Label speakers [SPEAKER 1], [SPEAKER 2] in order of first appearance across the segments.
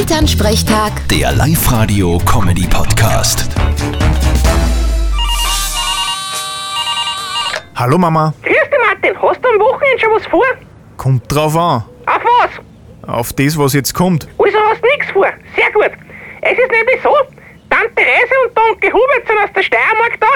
[SPEAKER 1] Elternsprechtag,
[SPEAKER 2] Der Live-Radio-Comedy-Podcast.
[SPEAKER 3] Hallo Mama,
[SPEAKER 4] Grüß dich, Martin. Hast du am Wochenende schon was vor?
[SPEAKER 3] kommt drauf an.
[SPEAKER 4] Auf was?
[SPEAKER 3] Auf das, was jetzt kommt.
[SPEAKER 4] Also hast du nichts vor. Sehr gut. Es ist nämlich so, Tante Reise und der Onkel Hubert sind aus der Steiermark da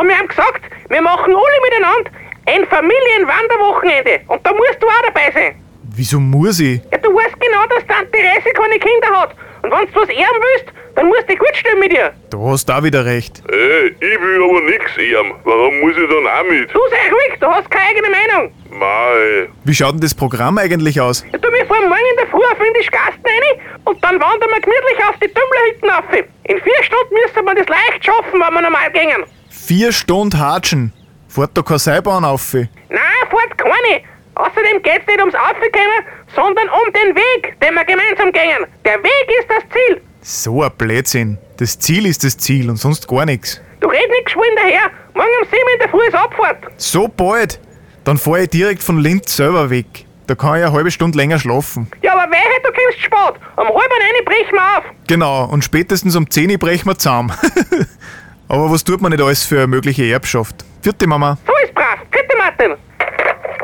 [SPEAKER 4] und wir haben gesagt, wir machen alle miteinander ein Familienwanderwochenende. Und da musst du auch dabei sein.
[SPEAKER 3] Wieso muss ich?
[SPEAKER 4] Ja, du weißt genau, dass Tante Reise keine Kinder hat. Und wenn du was ehren willst, dann musst du dich gut stellen mit ihr.
[SPEAKER 3] Du hast da wieder recht.
[SPEAKER 5] Ey, ich will aber nix ehren. Warum muss ich dann auch mit?
[SPEAKER 4] Du sei ruhig, du hast keine eigene Meinung.
[SPEAKER 5] Mei,
[SPEAKER 3] Wie schaut denn das Programm eigentlich aus?
[SPEAKER 4] Ja, du, wir fahren morgen in der Früh auf in die Gasten rein und dann wandern wir gemütlich auf die Dümmlerhütten auf. In vier Stunden müsste man das leicht schaffen, wenn wir normal gingen.
[SPEAKER 3] Vier Stunden Hatschen. Fahrt da keine Seilbahn auf.
[SPEAKER 4] Nein, fort keine. Außerdem geht's nicht ums Aufkommen, sondern um den Weg, den wir gemeinsam gingen. Der Weg ist das Ziel.
[SPEAKER 3] So ein Blödsinn. Das Ziel ist das Ziel und sonst gar nichts.
[SPEAKER 4] Du red nicht geschwind daher. Morgen um sieben in der Früh ist Abfahrt.
[SPEAKER 3] So bald? Dann fahr ich direkt von Linz selber weg. Da kann ich eine halbe Stunde länger schlafen.
[SPEAKER 4] Ja, aber wehe, du kommst spät. Um halb eine brechen wir auf.
[SPEAKER 3] Genau, und spätestens um 10 Uhr brechen wir zusammen. Aber was tut man nicht alles für eine mögliche Erbschaft? Vierte Mama.
[SPEAKER 4] So ist brav. Bitte, Martin.